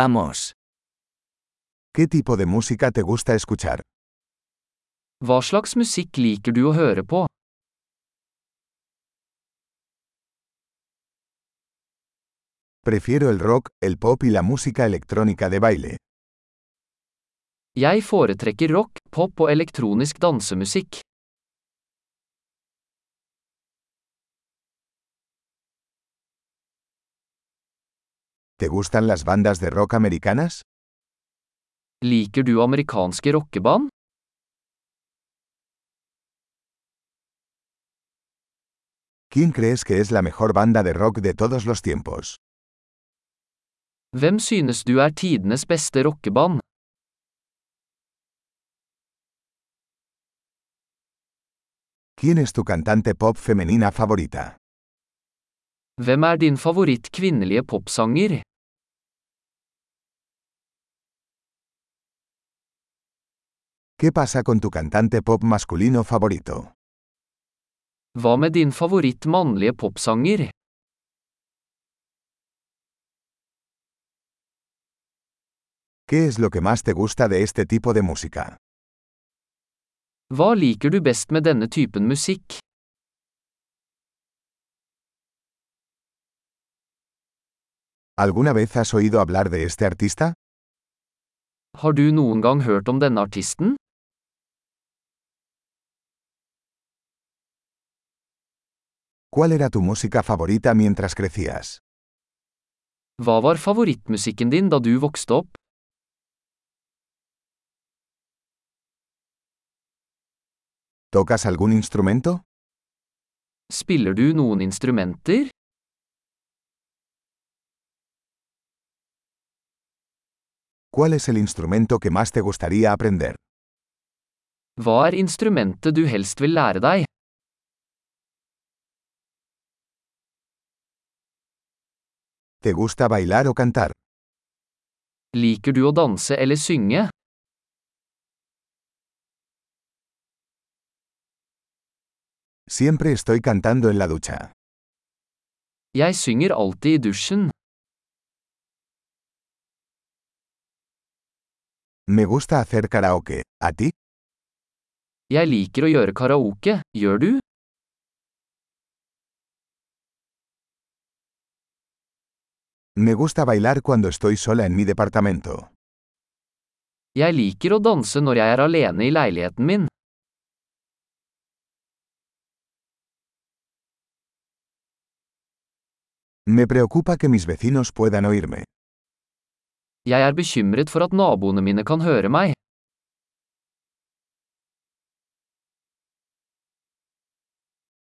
Vamos. ¿Qué tipo de música te gusta escuchar? Hva slags musikk liker du å høre på? Prefiero el rock, el pop y la música electrónica de baile. Jeg foretrekker rock, pop og elektronisk dansemusikk. ¿Te gustan las bandas de rock americanas? Liker du amerikanske rockeband? ¿Quién crees que es la mejor banda de rock de todos los tiempos? Hvem synes du er tidenes beste rockeband? ¿Quién es tu cantante pop femenina favorita? Hvem er din favoritt kvinnelige popsanger? ¿Qué pasa con tu cantante pop masculino favorito? Hva med din favoritt mannlige popsanger? ¿Qué es lo que más te gusta de este tipo de música? Hva liker du best med denne typen musikk? ¿Alguna vez has oído hablar de este artista? Har du noen gang hørt om denne artisten? ¿Cuál era tu música favorita mientras crecías? Hva var favorittmusikken din da du vokste opp? ¿Tocas algún instrumento? Spiller du noen instrumenter? ¿Cuál es el instrumento que más te gustaría aprender? Hva er instrumentet du helst vil lære deg? ¿Te gusta bailar o cantar? Liker du å danse eller synge? Siempre estoy cantando en la ducha. Jeg synger alltid i dusjen. Me gusta hacer karaoke. ¿A ti? Jeg liker å gjøre karaoke, gjør du? Me gusta bailar cuando estoy sola en mi departamento. Jeg liker å danse når jeg er alene i leiligheten min. Me preocupa que mis vecinos puedan oírme. Jeg er bekymret for at naboene mine kan høre meg.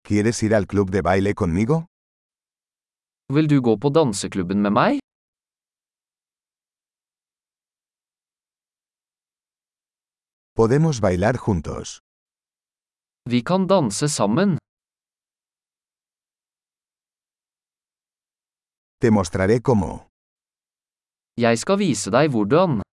¿Quieres ir al club de baile conmigo? Vil du gå på danseklubben med meg? Podemos bailar juntos. Vi kan danse sammen. Te mostraré cómo. Jeg skal vise deg hvordan.